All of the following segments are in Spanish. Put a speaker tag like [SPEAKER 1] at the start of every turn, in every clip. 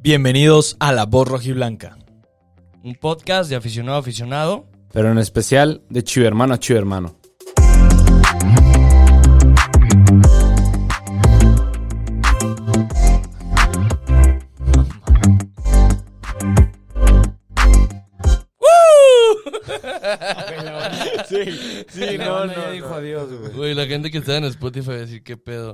[SPEAKER 1] Bienvenidos a La Voz Rojiblanca.
[SPEAKER 2] Un podcast de aficionado a aficionado.
[SPEAKER 3] Pero en especial de Chivermano a Chivermano.
[SPEAKER 4] Sí, sí, no, no. dijo adiós, güey.
[SPEAKER 2] Güey, la gente que está en Spotify va a decir, ¿qué pedo?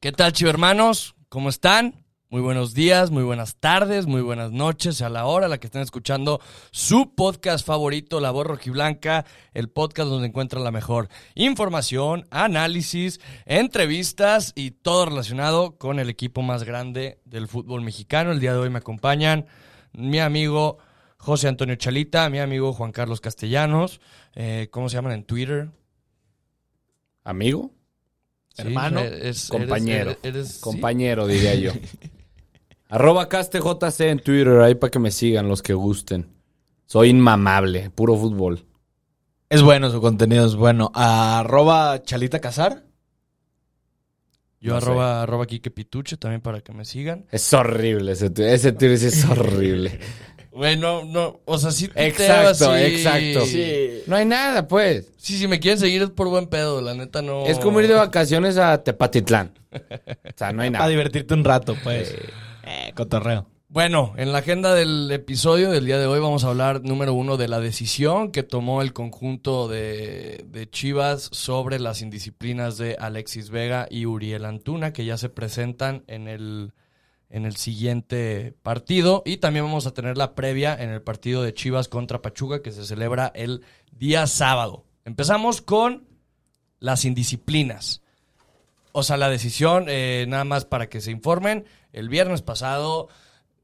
[SPEAKER 2] ¿Qué tal, chivo hermanos? ¿Cómo están? Muy buenos días, muy buenas tardes, muy buenas noches a la hora a la que estén escuchando su podcast favorito, La Voz Rojiblanca, el podcast donde encuentran la mejor información, análisis, entrevistas y todo relacionado con el equipo más grande del fútbol mexicano. El día de hoy me acompañan mi amigo José Antonio Chalita, mi amigo Juan Carlos Castellanos, eh, ¿cómo se llaman en Twitter?
[SPEAKER 3] ¿Amigo?
[SPEAKER 2] Sí, eh,
[SPEAKER 4] Hermano,
[SPEAKER 2] eres-
[SPEAKER 3] Compañero.
[SPEAKER 2] eres- eres- sí.
[SPEAKER 3] Compañero, diría yo. Arroba CasteJC en Twitter, ahí para que me sigan los que gusten. Soy inmamable, puro fútbol.
[SPEAKER 1] Es bueno, su contenido es bueno. Arroba Chalita Casar.
[SPEAKER 2] Yo
[SPEAKER 3] No sé.
[SPEAKER 2] arroba, arroba Quique Pituche también para que me sigan.
[SPEAKER 3] Es horrible ese Twitter, ese Twitter sí es horrible.
[SPEAKER 2] Bueno, no, o sea, sí tuiteo
[SPEAKER 3] Exacto,
[SPEAKER 2] así.
[SPEAKER 3] exacto.
[SPEAKER 2] Sí.
[SPEAKER 3] No hay nada, pues.
[SPEAKER 2] sí, si me quieren seguir es por buen pedo, la neta no.
[SPEAKER 3] Es como ir
[SPEAKER 2] Oh.
[SPEAKER 3] de vacaciones a Tepatitlán. O sea, no hay
[SPEAKER 1] A
[SPEAKER 3] nada.
[SPEAKER 1] divertirte un rato, pues. Eh, cotorreo.
[SPEAKER 2] Bueno, en la agenda del episodio del día de hoy vamos a hablar, número uno, de la decisión que tomó el conjunto de, de Chivas sobre las indisciplinas de Alexis Vega y Uriel Antuna, que ya se presentan en el, en el siguiente partido. Y también vamos a tener la previa en el partido de Chivas contra Pachuca, que se celebra el día sábado. Empezamos con las indisciplinas. O sea, la decisión, eh, nada más para que se informen, el viernes pasado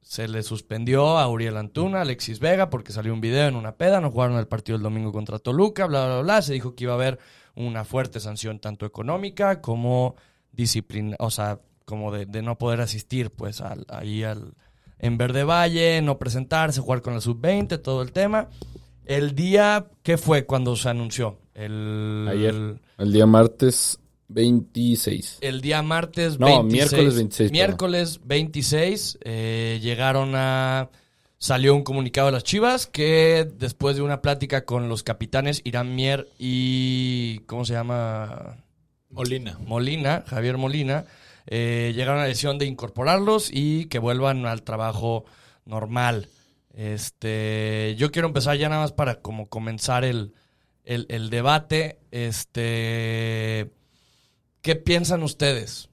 [SPEAKER 2] se le suspendió a Uriel Antuna, Alexis Vega, porque salió un video en una peda, no jugaron el partido el domingo contra Toluca, bla, bla, bla. Se dijo que iba a haber una fuerte sanción tanto económica como disciplina, o sea, como de, de no poder asistir, pues, al, ahí al, en Verde Valle, no presentarse, jugar con la sub-20, todo el tema. El día, ¿qué fue cuando se anunció? El,
[SPEAKER 3] Ayer. El día martes 26.
[SPEAKER 2] el día martes
[SPEAKER 3] No,
[SPEAKER 2] 26.
[SPEAKER 3] miércoles 26, perdón.
[SPEAKER 2] Miércoles 26 eh, llegaron a... Salió un comunicado de las Chivas que después de una plática con los capitanes Irán Mier y... ¿Cómo se llama?
[SPEAKER 1] Molina.
[SPEAKER 2] Molina, Javier Molina, eh, llegaron a la decisión de incorporarlos y que vuelvan al trabajo normal. Este, yo quiero empezar ya nada más para como comenzar el, el- el debate. Este, ¿qué piensan ustedes?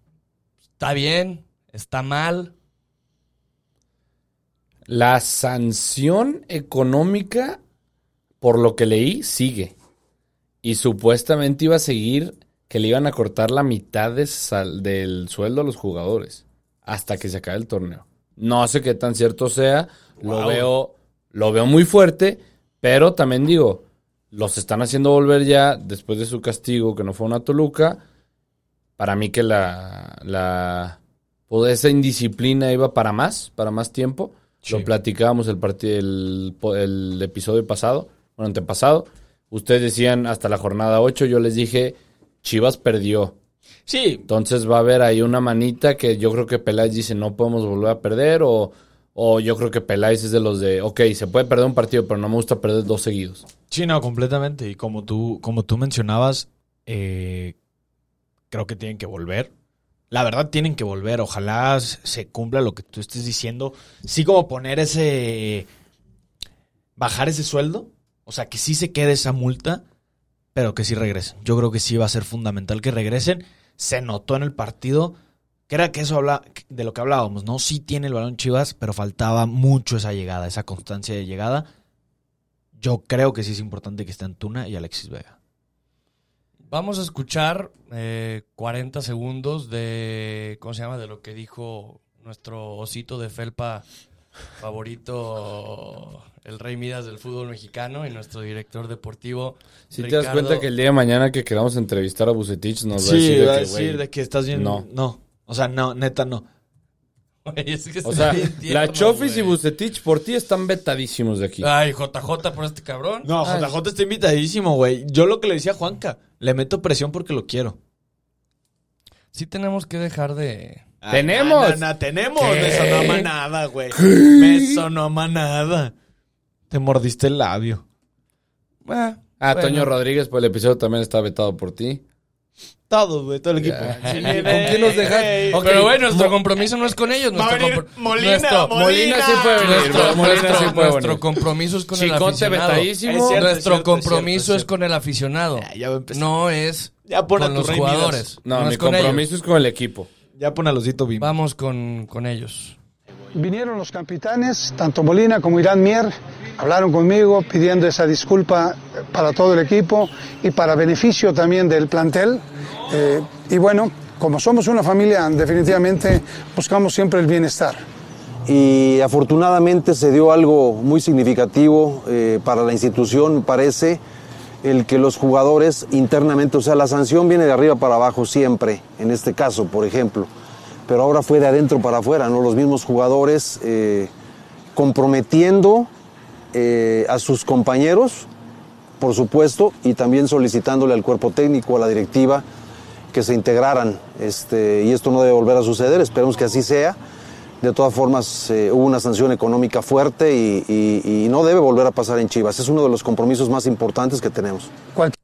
[SPEAKER 2] ¿Está bien? ¿Está mal?
[SPEAKER 3] La sanción económica, por lo que leí, sigue. Y supuestamente iba a seguir que le iban a cortar la mitad de sal- del sueldo a los jugadores hasta que se acabe el torneo. No sé qué tan cierto sea, lo veo lo veo muy fuerte, pero también digo, los están haciendo volver ya después de su castigo que no fue una Toluca. Para mí que la la pues, esa indisciplina iba para más, para más tiempo. Lo platicábamos el, parti- el, po- el episodio pasado, bueno, antepasado. Ustedes decían hasta la jornada 8, yo les dije, Chivas perdió.
[SPEAKER 1] Sí.
[SPEAKER 3] Entonces va a haber ahí una manita que yo creo que Peláez dice, no podemos volver a perder. O, o yo creo que Peláez es de los de, ok, se puede perder un partido, pero no me gusta perder dos seguidos.
[SPEAKER 1] Sí, no, completamente. Y como tú, como tú mencionabas, eh, creo que tienen que volver. La verdad, tienen que volver. Ojalá s- se cumpla lo que tú estés diciendo. Sí, como poner ese. bajar ese sueldo. O sea, que sí se quede esa multa, pero que sí regresen. Yo creo que sí va a ser fundamental que regresen. Se notó en el partido. Que era que eso habla de lo que hablábamos, ¿no? Sí tiene el balón Chivas, pero faltaba mucho esa llegada, esa constancia de llegada. Yo creo que sí es importante que esté Antuna y Alexis Vega.
[SPEAKER 2] Vamos a escuchar eh, 40 segundos de, ¿cómo se llama? De lo que dijo nuestro osito de felpa favorito, el rey Midas del fútbol mexicano y nuestro director deportivo.
[SPEAKER 3] Si te das
[SPEAKER 2] Ricardo.
[SPEAKER 3] cuenta que el día de mañana que queramos entrevistar a Bucetich nos va a
[SPEAKER 1] sí,
[SPEAKER 3] decir, de
[SPEAKER 1] va a
[SPEAKER 3] que,
[SPEAKER 1] decir
[SPEAKER 3] "Güey,
[SPEAKER 1] de que estás bien. No.
[SPEAKER 3] no.
[SPEAKER 1] O sea, no, neta, no.
[SPEAKER 2] Güey, es que
[SPEAKER 3] O sea,
[SPEAKER 2] está bien tierno,
[SPEAKER 3] la Chofis y
[SPEAKER 2] güey. Ah,
[SPEAKER 3] Bucetich por ti están vetadísimos de aquí.
[SPEAKER 2] Ay, JJ por este cabrón.
[SPEAKER 1] No,
[SPEAKER 3] Ay.
[SPEAKER 1] JJ está invitadísimo, güey. Yo lo que le decía a Juanca, le meto presión porque lo quiero.
[SPEAKER 2] Sí tenemos que dejar de,
[SPEAKER 1] Ah,
[SPEAKER 3] ¡Tenemos!
[SPEAKER 1] na, na, na, tenemos. Me sonó a manada, güey. Me sonó a manada. Te mordiste el labio.
[SPEAKER 3] Ah,
[SPEAKER 2] Bueno.
[SPEAKER 3] Toño Rodríguez, pues el episodio también está vetado por ti.
[SPEAKER 1] Todo, güey, todo el equipo.
[SPEAKER 3] ¿Con quién nos dejas? Ok,
[SPEAKER 2] Pero bueno, nuestro compromiso no es con ellos.
[SPEAKER 1] Va a
[SPEAKER 2] Nuestro
[SPEAKER 1] venir
[SPEAKER 2] compro-
[SPEAKER 1] Molina,
[SPEAKER 2] nuestro-
[SPEAKER 1] Molina.
[SPEAKER 3] Molina sí puede venir,
[SPEAKER 2] Nuestro,
[SPEAKER 3] Molina sí
[SPEAKER 2] nuestro,
[SPEAKER 3] puede venir.
[SPEAKER 2] nuestro compromiso es con el
[SPEAKER 3] Chicote
[SPEAKER 2] aficionado.
[SPEAKER 3] vetadísimo.
[SPEAKER 1] Es cierto,
[SPEAKER 2] nuestro
[SPEAKER 1] cierto,
[SPEAKER 2] compromiso
[SPEAKER 1] cierto,
[SPEAKER 2] es Ah, con el aficionado.
[SPEAKER 1] Ya, ya va a empezar.
[SPEAKER 2] no es
[SPEAKER 1] Ya pon a
[SPEAKER 2] con
[SPEAKER 1] tu
[SPEAKER 2] los
[SPEAKER 1] Rey Midas.
[SPEAKER 2] jugadores.
[SPEAKER 3] No, mi
[SPEAKER 2] es con ellos.
[SPEAKER 3] compromiso es con el equipo.
[SPEAKER 1] Ya pon a Losito Bim.
[SPEAKER 2] Vamos con, con ellos.
[SPEAKER 5] Vinieron los capitanes, tanto Molina como Irán Mier, hablaron conmigo pidiendo esa disculpa eh, para todo el equipo y para beneficio también del plantel. Eh, y bueno, como somos una familia, definitivamente buscamos siempre el bienestar.
[SPEAKER 6] y afortunadamente se dio algo muy significativo eh, para la institución, me parece, el que los jugadores internamente, o sea, la sanción viene de arriba para abajo siempre, en este caso, por ejemplo, pero ahora fue de adentro para afuera, ¿no? Los mismos jugadores eh, comprometiendo eh, a sus compañeros, por supuesto, y también solicitándole al cuerpo técnico, a la directiva, que se integraran. Este, y esto no debe volver a suceder, esperemos que así sea. De todas formas, eh, hubo una sanción económica fuerte y, y- y no debe volver a pasar en Chivas. Es uno de los compromisos más importantes que tenemos.
[SPEAKER 5] Cualquier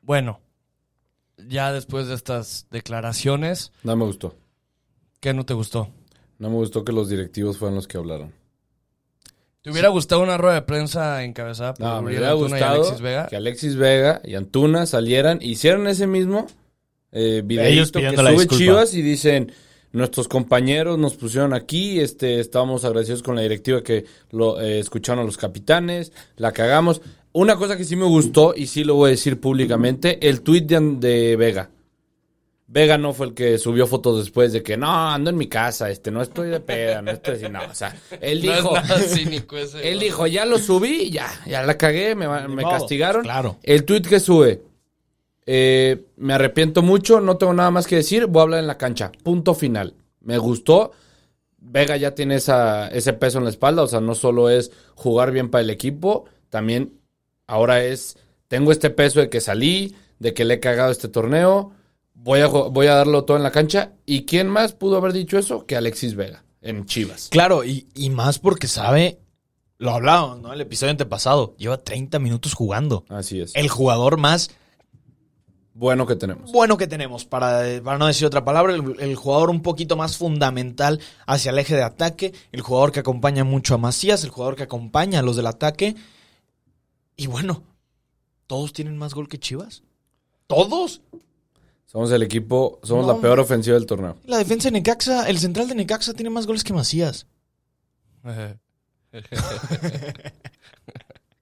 [SPEAKER 2] Bueno, ya después de estas declaraciones,
[SPEAKER 3] No me gustó.
[SPEAKER 2] ¿qué no te gustó?
[SPEAKER 3] No me gustó que los directivos fueran los que hablaron.
[SPEAKER 2] ¿Te hubiera gustado una rueda de prensa encabezada por
[SPEAKER 3] No, me
[SPEAKER 2] Uriel
[SPEAKER 3] hubiera
[SPEAKER 2] Antuna y
[SPEAKER 3] gustado
[SPEAKER 2] Alexis Vega?
[SPEAKER 3] que Alexis Vega y Antuna salieran, hicieran ese mismo eh, videíto que
[SPEAKER 1] pidiendo la
[SPEAKER 3] sube
[SPEAKER 1] disculpa.
[SPEAKER 3] Chivas y dicen, nuestros compañeros nos pusieron aquí, este, estamos agradecidos con la directiva que lo eh, escucharon a los capitanes, la cagamos. Una cosa que sí me gustó y sí lo voy a decir públicamente, el tweet de, An- de Vega. Vega no fue el que subió fotos después de que no, ando en mi casa, este, no estoy de peda, no estoy no, o sea, él
[SPEAKER 2] No es
[SPEAKER 3] dijo,
[SPEAKER 2] nada cínico ese,
[SPEAKER 3] él
[SPEAKER 2] ¿no?
[SPEAKER 3] dijo, ya lo subí, ya, ya la cagué, me, va- me
[SPEAKER 1] modo,
[SPEAKER 3] castigaron.
[SPEAKER 1] claro.
[SPEAKER 3] El tweet que sube, eh, me arrepiento mucho, no tengo nada más que decir, voy a hablar en la cancha. Punto final. Me gustó. Vega ya tiene esa, ese peso en la espalda, o sea, no solo es jugar bien para el equipo, también ahora es, tengo este peso de que salí, de que le he cagado este torneo, voy a, ju- voy a darlo todo en la cancha. ¿Y quién más pudo haber dicho eso que Alexis Vega en Chivas?
[SPEAKER 1] Claro, y, y más porque sabe, lo hablábamos, ¿no? El episodio antepasado, lleva 30 minutos jugando.
[SPEAKER 3] Así es.
[SPEAKER 1] El jugador más
[SPEAKER 3] Bueno que tenemos.
[SPEAKER 1] bueno que tenemos, para, eh, para no decir otra palabra, el, el jugador un poquito más fundamental hacia el eje de ataque, el jugador que acompaña mucho a Macías, el jugador que acompaña a los del ataque. Y bueno, ¿todos tienen más gol que Chivas? ¿Todos?
[SPEAKER 3] Somos el equipo, somos
[SPEAKER 1] No,
[SPEAKER 3] la peor ofensiva del torneo.
[SPEAKER 1] La defensa de Necaxa, el central de Necaxa tiene más goles que Macías.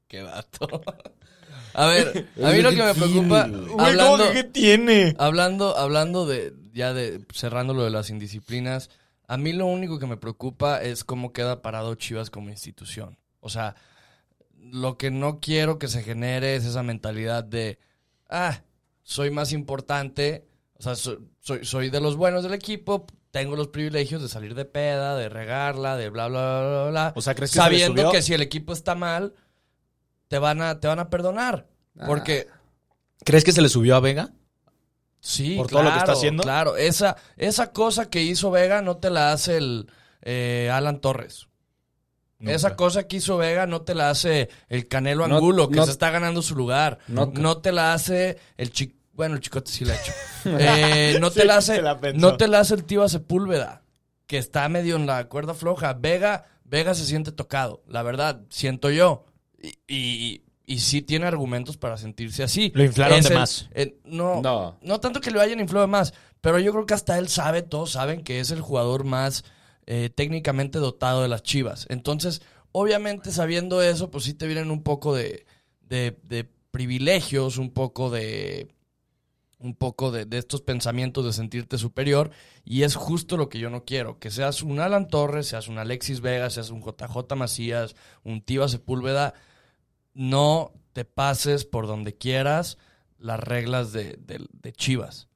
[SPEAKER 2] Qué vato. A ver, a mí lo que me preocupa,
[SPEAKER 1] Güey, ¿cómo
[SPEAKER 2] hablando,
[SPEAKER 1] que ¿Qué tiene?
[SPEAKER 2] hablando, hablando de, ya de, cerrando lo de las indisciplinas, a mí lo único que me preocupa es cómo queda parado Chivas como institución. O sea, lo que no quiero que se genere es esa mentalidad de, ah, soy más importante, o sea, so- soy, soy de los buenos del equipo, tengo los privilegios de salir de peda, de regarla, de bla, bla, bla, bla, bla.
[SPEAKER 1] O sea, ¿crees que se le
[SPEAKER 2] sabiendo
[SPEAKER 1] subió?
[SPEAKER 2] que si el equipo está mal, te van a, te van a perdonar.
[SPEAKER 1] Ah.
[SPEAKER 2] Porque
[SPEAKER 1] ¿Crees que se le subió a Vega?
[SPEAKER 2] Sí,
[SPEAKER 1] por todo
[SPEAKER 2] claro,
[SPEAKER 1] lo que está haciendo.
[SPEAKER 2] Claro, esa, esa cosa que hizo Vega no te la hace el eh, Alan Torres. Esa cosa que hizo Vega no te la hace el Canelo
[SPEAKER 3] No-
[SPEAKER 2] Angulo, que
[SPEAKER 3] no-
[SPEAKER 2] se está ganando su lugar. No,
[SPEAKER 3] Nunca.
[SPEAKER 2] te la hace el chico. Bueno, el chicote sí la ha hecho. Eh, no, te la hace,
[SPEAKER 1] se la pensó.
[SPEAKER 2] no te la hace el tío Sepúlveda, que está medio en la cuerda floja. Vega, Vega se siente tocado, la verdad, siento yo. Y, y, y sí tiene argumentos para sentirse así.
[SPEAKER 1] Lo inflaron
[SPEAKER 2] Es
[SPEAKER 1] de
[SPEAKER 2] el-
[SPEAKER 1] más.
[SPEAKER 2] eh, no,
[SPEAKER 3] No.
[SPEAKER 2] no. tanto que lo hayan influido más, pero yo creo que hasta él sabe, todos saben que es el jugador más eh, técnicamente dotado de las Chivas. Entonces, obviamente sabiendo eso, pues sí te vienen un poco de, de- de privilegios, un poco de un poco de, de estos pensamientos de sentirte superior y es justo lo que yo no quiero, que seas un Alan Torres, seas un Alexis Vega, seas un JJ Macías, un Tiva Sepúlveda, no te pases por donde quieras las reglas de, de- de Chivas.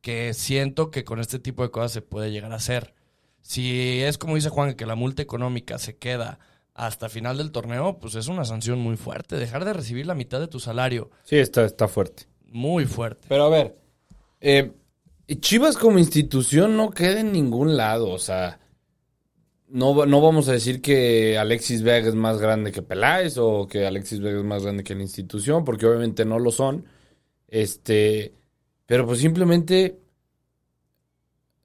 [SPEAKER 2] Que siento que con este tipo de cosas se puede llegar a hacer. Si es como dice Juan, que la multa económica se queda hasta final del torneo, pues es una sanción muy fuerte. Dejar de recibir la mitad de tu salario,
[SPEAKER 3] Sí, está, está fuerte.
[SPEAKER 2] muy fuerte.
[SPEAKER 3] Pero a ver, eh, Chivas como institución no queda en ningún lado, o sea, no, va- no vamos a decir que Alexis Vega es más grande que Peláez o que Alexis Vega es más grande que la institución, porque obviamente no lo son. Este, pero pues simplemente,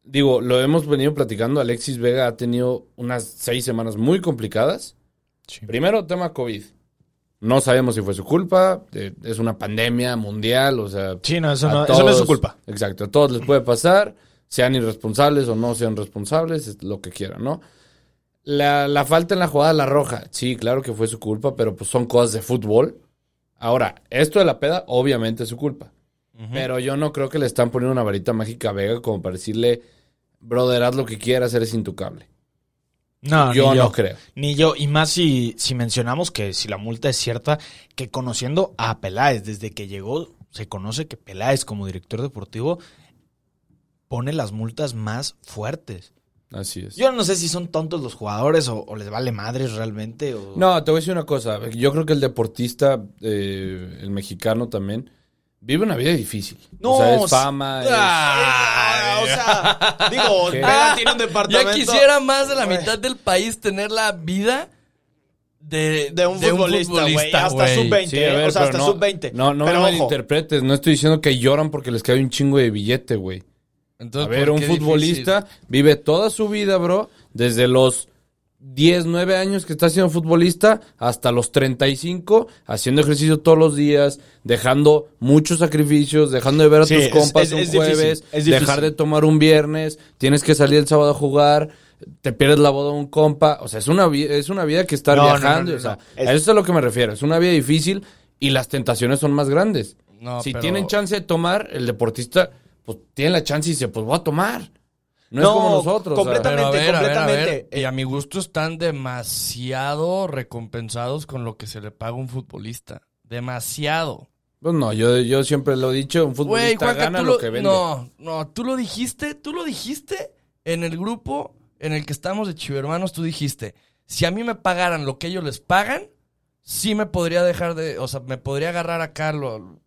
[SPEAKER 3] digo, lo hemos venido platicando, Alexis Vega ha tenido unas seis semanas muy complicadas.
[SPEAKER 1] Sí.
[SPEAKER 3] Primero, tema COVID. No sabemos si fue su culpa, eh, es una pandemia mundial, o sea,
[SPEAKER 1] Sí, no, eso,
[SPEAKER 3] a
[SPEAKER 1] no, eso no es su
[SPEAKER 3] todos-
[SPEAKER 1] culpa.
[SPEAKER 3] Exacto, a todos les puede pasar, sean irresponsables o no sean responsables, es lo que quieran, ¿no? La, la falta en la jugada de la roja, sí, claro que fue su culpa, pero pues son cosas de fútbol. Ahora, esto de la peda, obviamente es su culpa. Pero yo no creo que le están poniendo una varita mágica a Vega como para decirle, brother, haz lo que quieras, eres intocable.
[SPEAKER 1] No,
[SPEAKER 3] yo
[SPEAKER 1] ni
[SPEAKER 3] no creo.
[SPEAKER 1] Ni yo, y más si, si mencionamos que si la multa es cierta, que conociendo a Peláez, desde que llegó, se conoce que Peláez como director deportivo pone las multas más fuertes.
[SPEAKER 3] Así es.
[SPEAKER 1] Yo no sé si son tontos los jugadores o, o les vale madres realmente. o-
[SPEAKER 3] No, te voy a decir una cosa. Yo creo que el deportista, eh, el mexicano también, vive una vida difícil.
[SPEAKER 1] No,
[SPEAKER 3] o sea, es
[SPEAKER 1] s-
[SPEAKER 3] fama. es-
[SPEAKER 1] Ah, o sea, digo,
[SPEAKER 3] ¿Qué?
[SPEAKER 1] Vega tiene un departamento.
[SPEAKER 2] Ah, Ya quisiera más de la mitad del país tener la vida de,
[SPEAKER 1] de un futbolista, güey.
[SPEAKER 2] futbolista,
[SPEAKER 1] Hasta
[SPEAKER 2] güey.
[SPEAKER 1] sub-20,
[SPEAKER 3] Sí, a
[SPEAKER 1] eh,
[SPEAKER 3] ver,
[SPEAKER 1] o sea,
[SPEAKER 3] pero
[SPEAKER 1] hasta
[SPEAKER 3] no,
[SPEAKER 1] sub-20.
[SPEAKER 3] No, no me
[SPEAKER 1] pero ojo,
[SPEAKER 3] malinterpretes. No estoy diciendo que lloran porque les cae un chingo de billete, güey. A
[SPEAKER 2] Entonces,
[SPEAKER 3] ver,
[SPEAKER 2] ¿por
[SPEAKER 3] un
[SPEAKER 2] qué difícil?
[SPEAKER 3] futbolista vive toda su vida, bro, desde los 10, 9 años que está siendo futbolista hasta los 35, haciendo ejercicio todos los días, dejando muchos sacrificios, dejando de ver a
[SPEAKER 1] Sí,
[SPEAKER 3] tus
[SPEAKER 1] es-
[SPEAKER 3] compas
[SPEAKER 1] es-
[SPEAKER 3] un
[SPEAKER 1] es difícil,
[SPEAKER 3] jueves,
[SPEAKER 1] es difícil.
[SPEAKER 3] dejar de tomar un viernes, tienes que salir el sábado a jugar, te pierdes la boda de un compa, o sea, es una, vi- es una vida que estar
[SPEAKER 1] No, no, no,
[SPEAKER 3] viajando,
[SPEAKER 1] no,
[SPEAKER 3] o sea,
[SPEAKER 1] no. Es-
[SPEAKER 3] a eso es a lo que me refiero, es una vida difícil y las tentaciones son más grandes
[SPEAKER 2] No,
[SPEAKER 3] si
[SPEAKER 2] pero-
[SPEAKER 3] tienen chance de tomar, el deportista, pues tiene la chance y dice, pues voy a tomar. No, es
[SPEAKER 1] No,
[SPEAKER 3] como nosotros. o sea.
[SPEAKER 1] completa-
[SPEAKER 2] Pero a ver, a ver, a ver.
[SPEAKER 1] completamente.
[SPEAKER 2] Y a mi gusto están demasiado recompensados con lo que se le paga a un futbolista. Demasiado.
[SPEAKER 3] Pues no, yo, yo siempre lo he dicho, un futbolista
[SPEAKER 2] Güey, Juanca,
[SPEAKER 3] gana
[SPEAKER 2] tú
[SPEAKER 3] lo,
[SPEAKER 2] lo,
[SPEAKER 3] que vende.
[SPEAKER 2] No, no, tú lo dijiste, tú lo dijiste en el grupo en el que estamos de Chivermanos, tú dijiste, si a mí me pagaran lo que ellos les pagan, sí me podría dejar de, o sea, me podría agarrar acá, lo,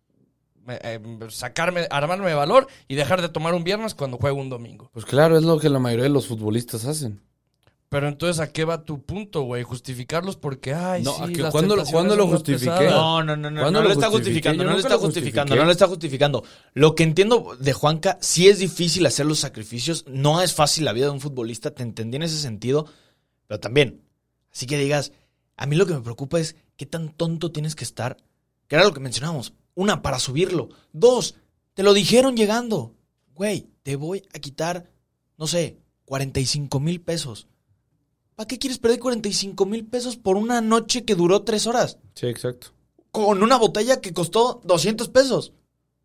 [SPEAKER 2] me- eh, sacarme, armarme de valor y dejar de tomar un viernes cuando juego un domingo.
[SPEAKER 3] Pues claro, es lo que la mayoría de los futbolistas hacen.
[SPEAKER 2] Pero entonces, ¿a qué va tu punto, güey? Justificarlos porque, ay,
[SPEAKER 3] No,
[SPEAKER 2] sí,
[SPEAKER 3] ¿a qué?
[SPEAKER 2] las
[SPEAKER 3] ¿Cuándo lo-
[SPEAKER 2] tentaciones
[SPEAKER 3] cuándo
[SPEAKER 2] son
[SPEAKER 3] lo
[SPEAKER 2] más
[SPEAKER 3] justifiqué?
[SPEAKER 2] pesadas.
[SPEAKER 1] No, no, no, no,
[SPEAKER 3] ¿eh? ¿Cuándo
[SPEAKER 1] no lo
[SPEAKER 3] lo
[SPEAKER 1] está
[SPEAKER 3] justifiqué?
[SPEAKER 1] justificando,
[SPEAKER 3] Yo
[SPEAKER 1] no lo
[SPEAKER 3] nunca
[SPEAKER 1] está
[SPEAKER 3] lo
[SPEAKER 1] justificando,
[SPEAKER 3] justifiqué.
[SPEAKER 1] no lo está justificando. Lo que entiendo de Juanca, sí es difícil hacer los sacrificios, no es fácil la vida de un futbolista, te entendí en ese sentido, pero también, así que digas, a mí lo que me preocupa es qué tan tonto tienes que estar, que era lo que mencionábamos, una, para subirlo, dos, te lo dijeron llegando, güey, te voy a quitar, no sé, 45 mil pesos. ¿Para qué quieres perder 45 mil pesos por una noche que duró tres horas?
[SPEAKER 3] Sí, exacto.
[SPEAKER 1] con una botella que costó 200 pesos,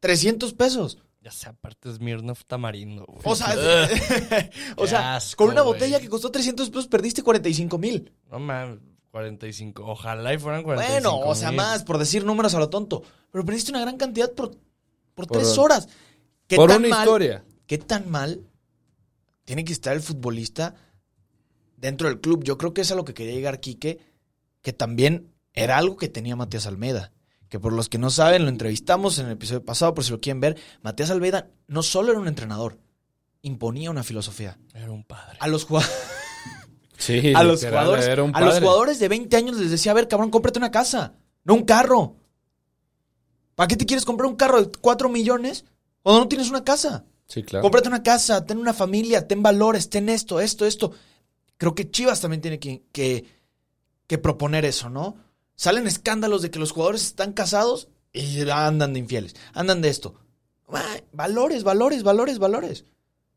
[SPEAKER 1] 300 pesos.
[SPEAKER 2] Ya sea, aparte es Mirnov Tamarindo, güey.
[SPEAKER 1] O sea, o
[SPEAKER 2] Qué
[SPEAKER 1] sea
[SPEAKER 2] asco,
[SPEAKER 1] con una
[SPEAKER 2] güey.
[SPEAKER 1] botella que costó 300 pesos perdiste 45 mil.
[SPEAKER 2] No mames, 45. Ojalá y fueran 45.
[SPEAKER 1] Bueno, o sea,
[SPEAKER 2] mil.
[SPEAKER 1] más, por decir números a lo tonto. Pero perdiste una gran cantidad por, por,
[SPEAKER 3] Por-
[SPEAKER 1] tres horas. ¿Qué
[SPEAKER 3] Por
[SPEAKER 1] tan
[SPEAKER 3] una
[SPEAKER 1] mal-
[SPEAKER 3] historia.
[SPEAKER 1] ¿Qué tan mal tiene que estar el futbolista dentro del club? Yo creo que es a lo que quería llegar Quique, que también era algo que tenía Matías Almeida. Que por los que no saben, lo entrevistamos en el episodio pasado, por si lo quieren ver. Matías Almeida no solo era un entrenador, imponía una filosofía.
[SPEAKER 2] Era un padre.
[SPEAKER 1] A los, jugad-
[SPEAKER 3] Sí,
[SPEAKER 1] a los
[SPEAKER 3] literal,
[SPEAKER 1] jugadores,
[SPEAKER 3] era un
[SPEAKER 1] a los
[SPEAKER 3] padre.
[SPEAKER 1] jugadores de 20 años les decía, a ver, cabrón, cómprate una casa, no un carro. ¿Para qué te quieres comprar un carro de 4 millones cuando no tienes una casa?
[SPEAKER 3] Sí, claro.
[SPEAKER 1] Cómprate una casa, ten una familia, ten valores, ten esto, esto, esto. Creo que Chivas también tiene que, que, que proponer eso, ¿no? Salen escándalos de que los jugadores están casados y andan de infieles, andan de esto. Ah, Valores, valores, valores, valores.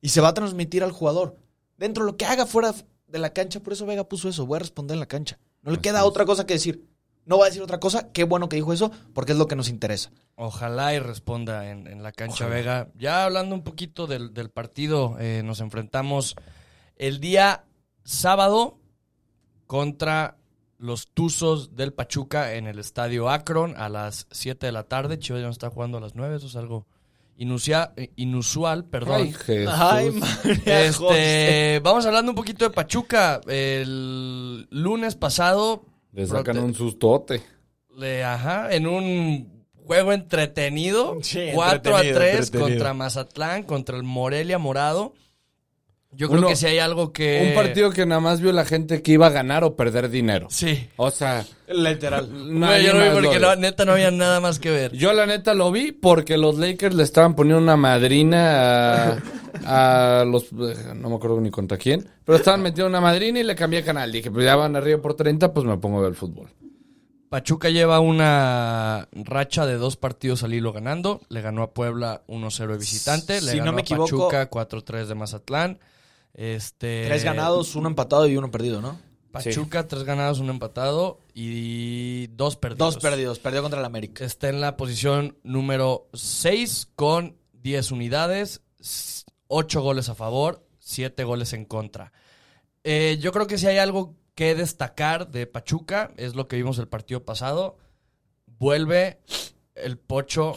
[SPEAKER 1] Y se va a transmitir al jugador. Dentro de lo que haga fuera de la cancha, por eso Vega puso eso, voy a responder en la cancha. No le queda otra cosa que decir. No va a decir otra cosa, qué bueno que dijo eso, porque es lo que nos interesa.
[SPEAKER 2] Ojalá y responda en, en la cancha Vega. Ya hablando un poquito del, del partido, eh, nos enfrentamos el día sábado contra los Tuzos del Pachuca en el estadio Akron a las 7 de la tarde. Chivas ya no está jugando a las 9, eso es algo inusia- eh, inusual, perdón.
[SPEAKER 3] Ay, Jesús.
[SPEAKER 1] María José.
[SPEAKER 2] Este, vamos hablando un poquito de Pachuca. El lunes pasado
[SPEAKER 3] Le sacan
[SPEAKER 2] prote-
[SPEAKER 3] un sustote.
[SPEAKER 2] le- ajá, en un Juego entretenido.
[SPEAKER 1] Sí,
[SPEAKER 2] 4 a
[SPEAKER 1] entretenido,
[SPEAKER 2] 3
[SPEAKER 1] entretenido.
[SPEAKER 2] contra Mazatlán, contra el Morelia Morado. Yo creo
[SPEAKER 3] Uno-
[SPEAKER 2] que si hay algo que.
[SPEAKER 3] Un partido que nada más vio la gente que iba a ganar o perder dinero.
[SPEAKER 2] Sí.
[SPEAKER 3] O sea,
[SPEAKER 1] Literal.
[SPEAKER 2] Güey,
[SPEAKER 3] nadie
[SPEAKER 2] yo no vi
[SPEAKER 3] más lo
[SPEAKER 2] porque
[SPEAKER 3] vio.
[SPEAKER 2] no- neta no había nada más que ver.
[SPEAKER 3] Yo la neta lo vi porque los Lakers le estaban poniendo una madrina a, a los... No me acuerdo ni contra quién. Pero estaban metiendo una madrina y le cambié canal. Dije, pues ya van arriba por 30, pues me pongo a ver el fútbol.
[SPEAKER 2] Pachuca lleva una racha de dos partidos al hilo ganando. Le ganó a Puebla 1-0 de visitante. Le
[SPEAKER 1] Si no
[SPEAKER 2] ganó
[SPEAKER 1] me
[SPEAKER 2] a
[SPEAKER 1] equivoco-
[SPEAKER 2] Pachuca 4-3 de Mazatlán. Este,
[SPEAKER 1] Tres ganados, uno empatado y uno perdido, ¿no?
[SPEAKER 2] Pachuca, tres ganados, un empatado y dos perdidos.
[SPEAKER 1] Dos perdidos. Perdió contra el América.
[SPEAKER 2] Está en la posición número 6 con 10 unidades, 8 goles a favor, 7 goles en contra. Eh, yo creo que si hay algo que destacar de Pachuca, es lo que vimos el partido pasado. Vuelve el pocho.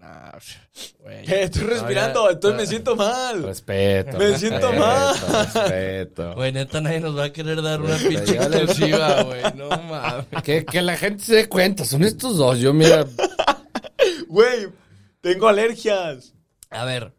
[SPEAKER 2] Ah, güey,
[SPEAKER 1] Estoy
[SPEAKER 2] todavía-
[SPEAKER 1] respirando, entonces me siento mal.
[SPEAKER 3] Respeto.
[SPEAKER 1] Me siento
[SPEAKER 3] respeto,
[SPEAKER 1] mal.
[SPEAKER 3] Respeto.
[SPEAKER 2] Güey, neta, nadie nos va a querer dar una pinche
[SPEAKER 3] ya le-
[SPEAKER 2] exclusiva, güey. No mames.
[SPEAKER 3] Que, que la gente se dé cuenta, son estos dos. Yo, mira,
[SPEAKER 1] Güey, tengo alergias.
[SPEAKER 2] A ver.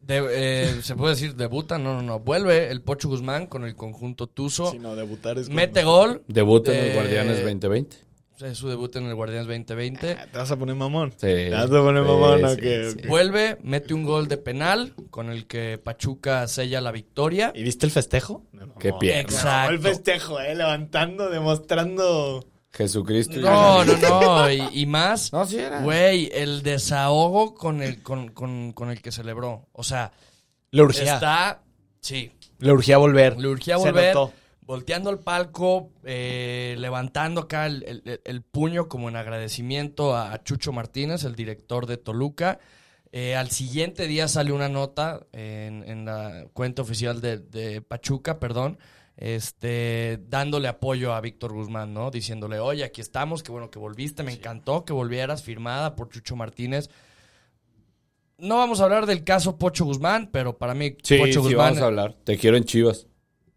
[SPEAKER 2] De- eh, ¿Se puede decir debuta? No, no, no. Vuelve el Pocho Guzmán con el conjunto Tuzo.
[SPEAKER 1] Si no, debutar es como-
[SPEAKER 2] Mete gol.
[SPEAKER 3] debuta en
[SPEAKER 2] Eh,
[SPEAKER 3] el Guardianes 2020.
[SPEAKER 2] Es su debut en el Guardianes 2020.
[SPEAKER 1] Te vas a poner mamón.
[SPEAKER 3] Sí.
[SPEAKER 1] Te vas a poner
[SPEAKER 3] Sí,
[SPEAKER 1] mamón,
[SPEAKER 3] sí,
[SPEAKER 1] ok, ok.
[SPEAKER 2] Vuelve, mete un gol de penal con el que Pachuca sella la victoria.
[SPEAKER 1] ¿Y viste el festejo?
[SPEAKER 3] Qué
[SPEAKER 1] No,
[SPEAKER 3] pierna.
[SPEAKER 1] El
[SPEAKER 2] Exacto.
[SPEAKER 1] festejo, eh, levantando, demostrando.
[SPEAKER 3] Jesucristo. y
[SPEAKER 2] No, no, no. Y, y más,
[SPEAKER 3] No, sí era.
[SPEAKER 2] güey, el desahogo con el, con, con- con el que celebró. O sea,
[SPEAKER 1] Le
[SPEAKER 2] está. Sí,
[SPEAKER 1] Le urgía volver.
[SPEAKER 2] Le urgía
[SPEAKER 1] Se
[SPEAKER 2] volver.
[SPEAKER 1] notó.
[SPEAKER 2] Volteando al palco, eh, levantando acá el, el- el puño como en agradecimiento a, a Chucho Martínez, el director de Toluca. Eh, al siguiente día sale una nota eh, en, en la cuenta oficial de, de Pachuca, perdón, este, dándole apoyo a Víctor Guzmán, ¿no? Diciéndole, oye, aquí estamos, qué bueno que volviste, me encantó que volvieras, firmada por Chucho Martínez. No vamos a hablar del caso Pocho Guzmán, pero para mí
[SPEAKER 3] Sí,
[SPEAKER 2] Pocho
[SPEAKER 3] sí,
[SPEAKER 2] Guzmán eh.
[SPEAKER 3] vamos a hablar. Te quiero en Chivas.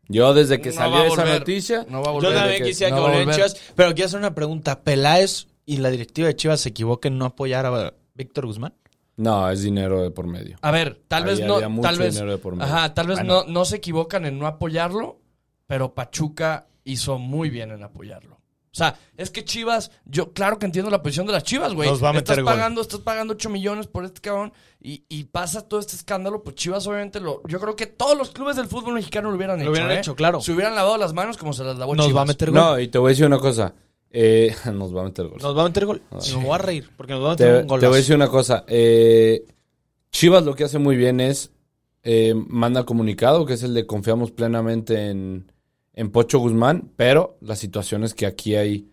[SPEAKER 3] Yo desde que
[SPEAKER 2] No va
[SPEAKER 3] salió
[SPEAKER 2] a
[SPEAKER 3] esa
[SPEAKER 2] volver.
[SPEAKER 3] noticia,
[SPEAKER 2] No va
[SPEAKER 1] Yo
[SPEAKER 2] a volver.
[SPEAKER 1] también
[SPEAKER 3] que-
[SPEAKER 1] quisiera
[SPEAKER 2] no
[SPEAKER 1] que
[SPEAKER 2] va a
[SPEAKER 1] volvieran
[SPEAKER 2] volver.
[SPEAKER 1] Chivas, pero quiero hacer una pregunta. ¿Peláez y la directiva de Chivas se equivoquen en no apoyar a Víctor Guzmán?
[SPEAKER 3] no, es dinero de por medio.
[SPEAKER 2] A ver, tal
[SPEAKER 3] Ahí
[SPEAKER 2] vez no,
[SPEAKER 3] había mucho
[SPEAKER 2] tal vez,
[SPEAKER 3] dinero de por medio.
[SPEAKER 2] ajá, tal vez
[SPEAKER 1] Bueno.
[SPEAKER 2] no, no se equivocan en no apoyarlo, pero Pachuca hizo muy bien en apoyarlo. O sea, es que Chivas, yo claro que entiendo la posición de las Chivas, güey.
[SPEAKER 1] Nos va a meter
[SPEAKER 2] estás
[SPEAKER 1] gol.
[SPEAKER 2] pagando, estás pagando 8 millones por este cabrón y, y pasa todo este escándalo, pues Chivas obviamente lo, yo creo que todos los clubes del fútbol mexicano lo hubieran
[SPEAKER 1] Lo
[SPEAKER 2] hecho,
[SPEAKER 1] hubieran
[SPEAKER 2] ¿eh?
[SPEAKER 1] hecho, claro.
[SPEAKER 2] Se hubieran lavado las manos como se las lavó
[SPEAKER 1] Nos
[SPEAKER 2] Chivas.
[SPEAKER 1] va a meter gol.
[SPEAKER 3] No, y te voy a decir una cosa. Eh, nos va a meter gol.
[SPEAKER 1] Nos va a meter gol. Nos
[SPEAKER 2] Sí.
[SPEAKER 1] voy a reír, porque nos va a
[SPEAKER 3] Ah. te,
[SPEAKER 1] meter un
[SPEAKER 3] te
[SPEAKER 1] gol.
[SPEAKER 3] voy a decir una cosa. eh, Chivas lo que hace muy bien es eh, manda comunicado, que es el de confiamos plenamente en, en Pocho Guzmán, pero la situación es que aquí hay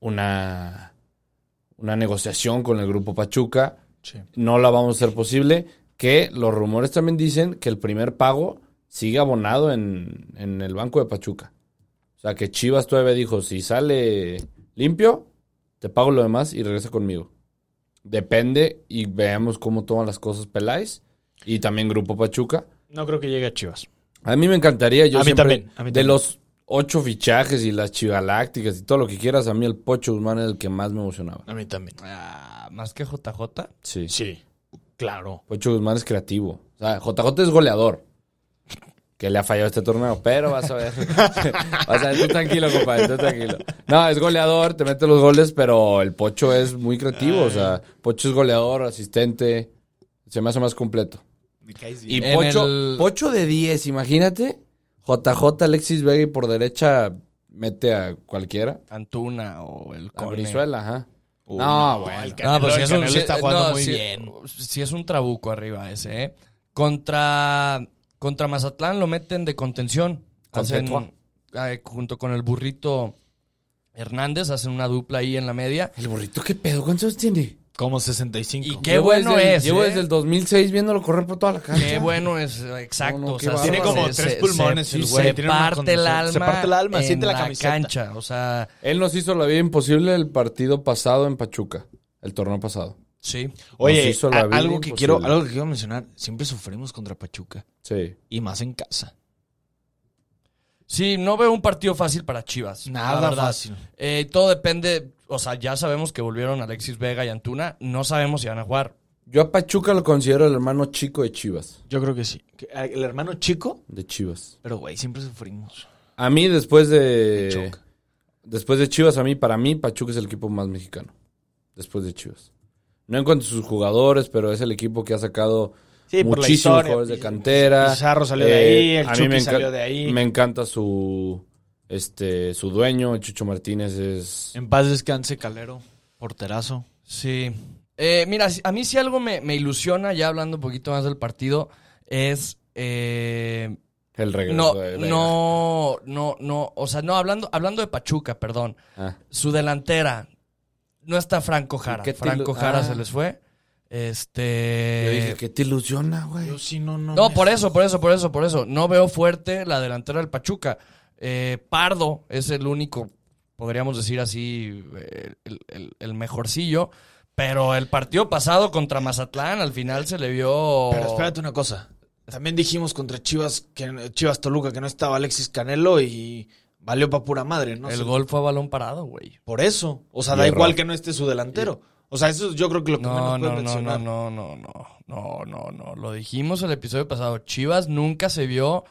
[SPEAKER 3] una, una negociación con el grupo Pachuca. No la vamos a hacer posible. Que los rumores también dicen que el primer pago sigue abonado en, en el banco de Pachuca. O sea que Chivas todavía dijo, si sale limpio, te pago lo demás y regresa conmigo. Depende y veamos cómo toman las cosas Peláez y también Grupo Pachuca.
[SPEAKER 1] No creo que llegue a Chivas.
[SPEAKER 3] A mí me encantaría, yo
[SPEAKER 1] A mí
[SPEAKER 3] siempre-
[SPEAKER 1] también, a mí
[SPEAKER 3] de
[SPEAKER 1] también.
[SPEAKER 3] los ocho fichajes y las chivalácticas y todo lo que quieras, a mí el Pocho Guzmán es el que más me emocionaba.
[SPEAKER 1] A mí también.
[SPEAKER 2] Ah, más que JJ.
[SPEAKER 3] Sí.
[SPEAKER 1] Sí, claro.
[SPEAKER 3] Pocho Guzmán es creativo. O sea, JJ es goleador. Que le ha fallado este torneo, pero vas a ver. vas a ver, tú tranquilo, compadre, tú tranquilo. No, es goleador, te mete los goles, pero el Pocho es muy creativo. O sea, Pocho es goleador, asistente. Se me hace más completo. Y
[SPEAKER 2] En
[SPEAKER 3] Pocho,
[SPEAKER 2] el-
[SPEAKER 3] Pocho de 10, imagínate. JJ, Alexis Vega y por derecha mete a cualquiera.
[SPEAKER 2] Antuna o el
[SPEAKER 3] A
[SPEAKER 2] Cone.
[SPEAKER 3] Brizuela, ajá. no, bueno.
[SPEAKER 2] Ah, pues si es un,
[SPEAKER 1] Canelo
[SPEAKER 2] si-
[SPEAKER 1] está jugando
[SPEAKER 2] no,
[SPEAKER 1] muy
[SPEAKER 2] si-
[SPEAKER 1] bien.
[SPEAKER 2] si es un trabuco arriba ese, ¿eh? Contra, contra Mazatlán lo meten de contención.
[SPEAKER 3] Contra
[SPEAKER 2] Hacen,
[SPEAKER 3] Tua.
[SPEAKER 2] eh, junto con el burrito Hernández, hacen una dupla ahí en la media.
[SPEAKER 3] El burrito, ¿qué pedo? ¿Cuántos años tiene?
[SPEAKER 1] Como
[SPEAKER 2] Y
[SPEAKER 1] 65.
[SPEAKER 2] qué
[SPEAKER 3] Llevo
[SPEAKER 2] bueno
[SPEAKER 3] desde el-
[SPEAKER 2] es.
[SPEAKER 3] Llevo
[SPEAKER 2] ¿eh?
[SPEAKER 3] desde el 2006 viéndolo correr por toda la cancha.
[SPEAKER 2] Qué bueno es, exacto.
[SPEAKER 3] No, no,
[SPEAKER 2] o
[SPEAKER 3] qué
[SPEAKER 2] sea,
[SPEAKER 3] bárbaro.
[SPEAKER 1] Tiene como tres pulmones
[SPEAKER 2] se-
[SPEAKER 1] el
[SPEAKER 2] se
[SPEAKER 1] güey, tiene una
[SPEAKER 2] parte el
[SPEAKER 1] condición-
[SPEAKER 2] alma.
[SPEAKER 1] se parte el alma,
[SPEAKER 2] en
[SPEAKER 1] siente la camiseta.
[SPEAKER 2] cancha. O sea,
[SPEAKER 3] Él nos hizo la vida imposible el partido pasado en Pachuca, el torneo pasado.
[SPEAKER 2] sí.
[SPEAKER 1] Oye,
[SPEAKER 3] Nos hizo la
[SPEAKER 1] a-
[SPEAKER 3] vida
[SPEAKER 1] algo que, quiero,
[SPEAKER 3] imposible.
[SPEAKER 1] algo que quiero mencionar. Siempre sufrimos contra Pachuca.
[SPEAKER 3] Sí.
[SPEAKER 1] Y más en casa.
[SPEAKER 2] Sí, no veo un partido fácil para Chivas. la
[SPEAKER 1] Nada
[SPEAKER 2] verdad.
[SPEAKER 1] fácil.
[SPEAKER 2] Eh, todo depende. o sea, ya sabemos que volvieron Alexis Vega y Antuna, no sabemos si van a jugar.
[SPEAKER 3] Yo a Pachuca lo considero el hermano chico de Chivas.
[SPEAKER 1] Yo creo que sí. Que, ah, El hermano chico,
[SPEAKER 3] De Chivas.
[SPEAKER 1] pero güey, siempre sufrimos.
[SPEAKER 3] A mí, después de.
[SPEAKER 1] Pachuca.
[SPEAKER 3] Después de Chivas, a mí, para mí, Pachuca es el equipo más mexicano. Después de Chivas. No en cuanto a sus jugadores, pero es el equipo que ha sacado
[SPEAKER 1] Sí, por la
[SPEAKER 3] muchísimos
[SPEAKER 1] historia,
[SPEAKER 3] jugadores de
[SPEAKER 1] Piz-
[SPEAKER 3] cantera. Eh,
[SPEAKER 1] Pizarro salió de ahí, el
[SPEAKER 3] a mí
[SPEAKER 1] Chucky
[SPEAKER 3] me enca-
[SPEAKER 1] salió de ahí.
[SPEAKER 3] Me encanta su. Este, su dueño, Chucho Martínez, es.
[SPEAKER 1] En paz descanse Calero, porterazo.
[SPEAKER 2] Sí. Eh, mira, si- a mí si algo me, me ilusiona, ya hablando un poquito más del partido, es... eh,
[SPEAKER 3] El
[SPEAKER 2] no,
[SPEAKER 3] regreso de Vega.
[SPEAKER 2] no, no, no, o sea, no, hablando, hablando de Pachuca, perdón,
[SPEAKER 3] Ah.
[SPEAKER 2] su delantera no está Franco Jara.
[SPEAKER 3] ¿Qué te
[SPEAKER 2] Franco
[SPEAKER 3] ilu-
[SPEAKER 2] Jara
[SPEAKER 3] Ah.
[SPEAKER 2] se les fue.
[SPEAKER 3] Yo
[SPEAKER 2] Este...
[SPEAKER 3] dije, ¿qué te ilusiona, güey?
[SPEAKER 1] Yo sí, no, no.
[SPEAKER 2] No,
[SPEAKER 1] me-
[SPEAKER 2] por eso, por eso, por eso, por eso. No veo fuerte la delantera del Pachuca. Eh, Pardo es el único, podríamos decir así, eh, el, el- el mejorcillo. Pero el partido pasado contra Mazatlán al final se le vio.
[SPEAKER 1] Pero espérate una cosa. También dijimos contra Chivas, que Chivas Toluca, que no estaba Alexis Canelo y valió para pura madre, ¿no?
[SPEAKER 2] el
[SPEAKER 1] Se-
[SPEAKER 2] gol fue a balón parado, güey.
[SPEAKER 1] Por eso. O sea,
[SPEAKER 3] Y
[SPEAKER 1] da
[SPEAKER 3] error.
[SPEAKER 1] igual que no esté su delantero. O sea, eso es yo creo que lo que
[SPEAKER 2] No,
[SPEAKER 1] menos puede
[SPEAKER 2] no, no, no,
[SPEAKER 1] mencionar.
[SPEAKER 2] no, no, no, no, no, no. Lo dijimos el episodio pasado. Chivas nunca se vio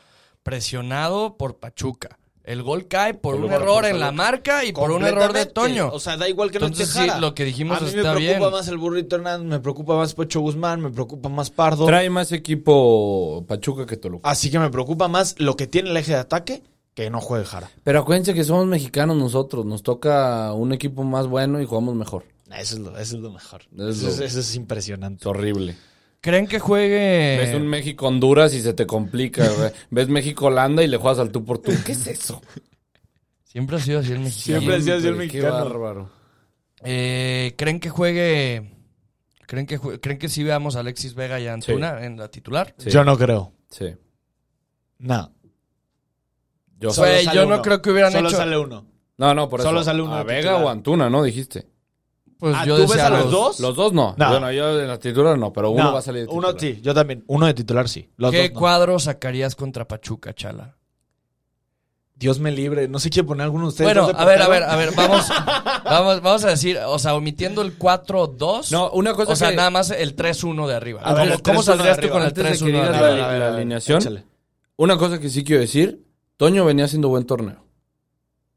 [SPEAKER 2] presionado por Pachuca. El gol cae por un
[SPEAKER 1] Toluca,
[SPEAKER 2] error
[SPEAKER 1] por
[SPEAKER 2] en la
[SPEAKER 1] Toluca.
[SPEAKER 2] marca y por un error de
[SPEAKER 1] Completamente.
[SPEAKER 2] Toño.
[SPEAKER 1] O sea, da igual que
[SPEAKER 2] Entonces,
[SPEAKER 1] no esté
[SPEAKER 2] sí,
[SPEAKER 1] Jara.
[SPEAKER 2] lo que dijimos
[SPEAKER 1] A mí
[SPEAKER 2] está
[SPEAKER 1] me preocupa
[SPEAKER 2] bien.
[SPEAKER 1] más el Burrito Hernández, me preocupa más Pocho Guzmán, me preocupa más Pardo.
[SPEAKER 3] Trae más equipo Pachuca que Toluca.
[SPEAKER 1] Así que me preocupa más lo que tiene el eje de ataque que no juegue Jara.
[SPEAKER 3] Pero acuérdense que somos mexicanos nosotros. Nos toca un equipo más bueno y jugamos mejor.
[SPEAKER 1] Eso es lo, eso es lo mejor.
[SPEAKER 3] Es
[SPEAKER 1] eso,
[SPEAKER 3] lo-
[SPEAKER 1] es, eso es impresionante.
[SPEAKER 3] Es horrible.
[SPEAKER 2] ¿Creen que juegue?
[SPEAKER 1] Eh.
[SPEAKER 3] Ves un México-Honduras y se te complica. güey. Ves México-Holanda y le juegas al tú por tú. ¿Qué es eso?
[SPEAKER 2] Siempre ha sido así el mexicano.
[SPEAKER 1] Siempre ha sido así el
[SPEAKER 3] Siempre,
[SPEAKER 1] mexicano.
[SPEAKER 3] Qué bárbaro.
[SPEAKER 2] Eh, ¿Creen que juegue? ¿Creen que, jue- ¿Creen que sí veamos a Alexis Vega y a Antuna en la titular?
[SPEAKER 3] Sí,
[SPEAKER 1] Yo no creo.
[SPEAKER 3] sí.
[SPEAKER 1] No.
[SPEAKER 3] Yo-
[SPEAKER 2] Solo- Güey,
[SPEAKER 1] sale
[SPEAKER 2] yo no creo que hubieran
[SPEAKER 1] Solo
[SPEAKER 2] hecho-
[SPEAKER 1] sale uno.
[SPEAKER 3] no, no, por eso.
[SPEAKER 1] Solo sale uno
[SPEAKER 3] a
[SPEAKER 1] de
[SPEAKER 3] Vega
[SPEAKER 1] titular.
[SPEAKER 3] o Antuna, ¿no? Dijiste.
[SPEAKER 2] Pues
[SPEAKER 1] Ah,
[SPEAKER 2] yo
[SPEAKER 1] ¿tú ves
[SPEAKER 2] decía
[SPEAKER 1] a los dos?
[SPEAKER 3] Los dos no.
[SPEAKER 1] No.
[SPEAKER 3] Bueno, yo en la titular no, pero uno
[SPEAKER 1] No,
[SPEAKER 3] va a salir de titular.
[SPEAKER 1] Uno sí, yo también. Uno de titular sí. Los
[SPEAKER 2] ¿Qué
[SPEAKER 1] dos no.
[SPEAKER 2] cuadro sacarías contra Pachuca, Chala?
[SPEAKER 1] Dios me libre. No sé quién poner alguno de ustedes.
[SPEAKER 2] Bueno,
[SPEAKER 1] dos de
[SPEAKER 2] a ver, a ver,
[SPEAKER 1] portero.
[SPEAKER 2] a ver, vamos, vamos, vamos a decir, o sea, omitiendo el 4-2,
[SPEAKER 3] No, una cosa
[SPEAKER 2] o sea,
[SPEAKER 3] que-
[SPEAKER 2] nada más el 3-1 de arriba.
[SPEAKER 1] A ver,
[SPEAKER 2] ¿Cómo-
[SPEAKER 1] el
[SPEAKER 2] ¿Cómo
[SPEAKER 1] 3-1 de
[SPEAKER 2] saldrías tú
[SPEAKER 1] arriba.
[SPEAKER 2] con el
[SPEAKER 1] Antes
[SPEAKER 3] de que
[SPEAKER 2] 3-1 de
[SPEAKER 3] digas
[SPEAKER 2] arriba?
[SPEAKER 3] la-
[SPEAKER 1] A ver, a ver,
[SPEAKER 3] alineación.
[SPEAKER 1] échale.
[SPEAKER 3] Una cosa que sí quiero decir. Toño venía haciendo buen torneo.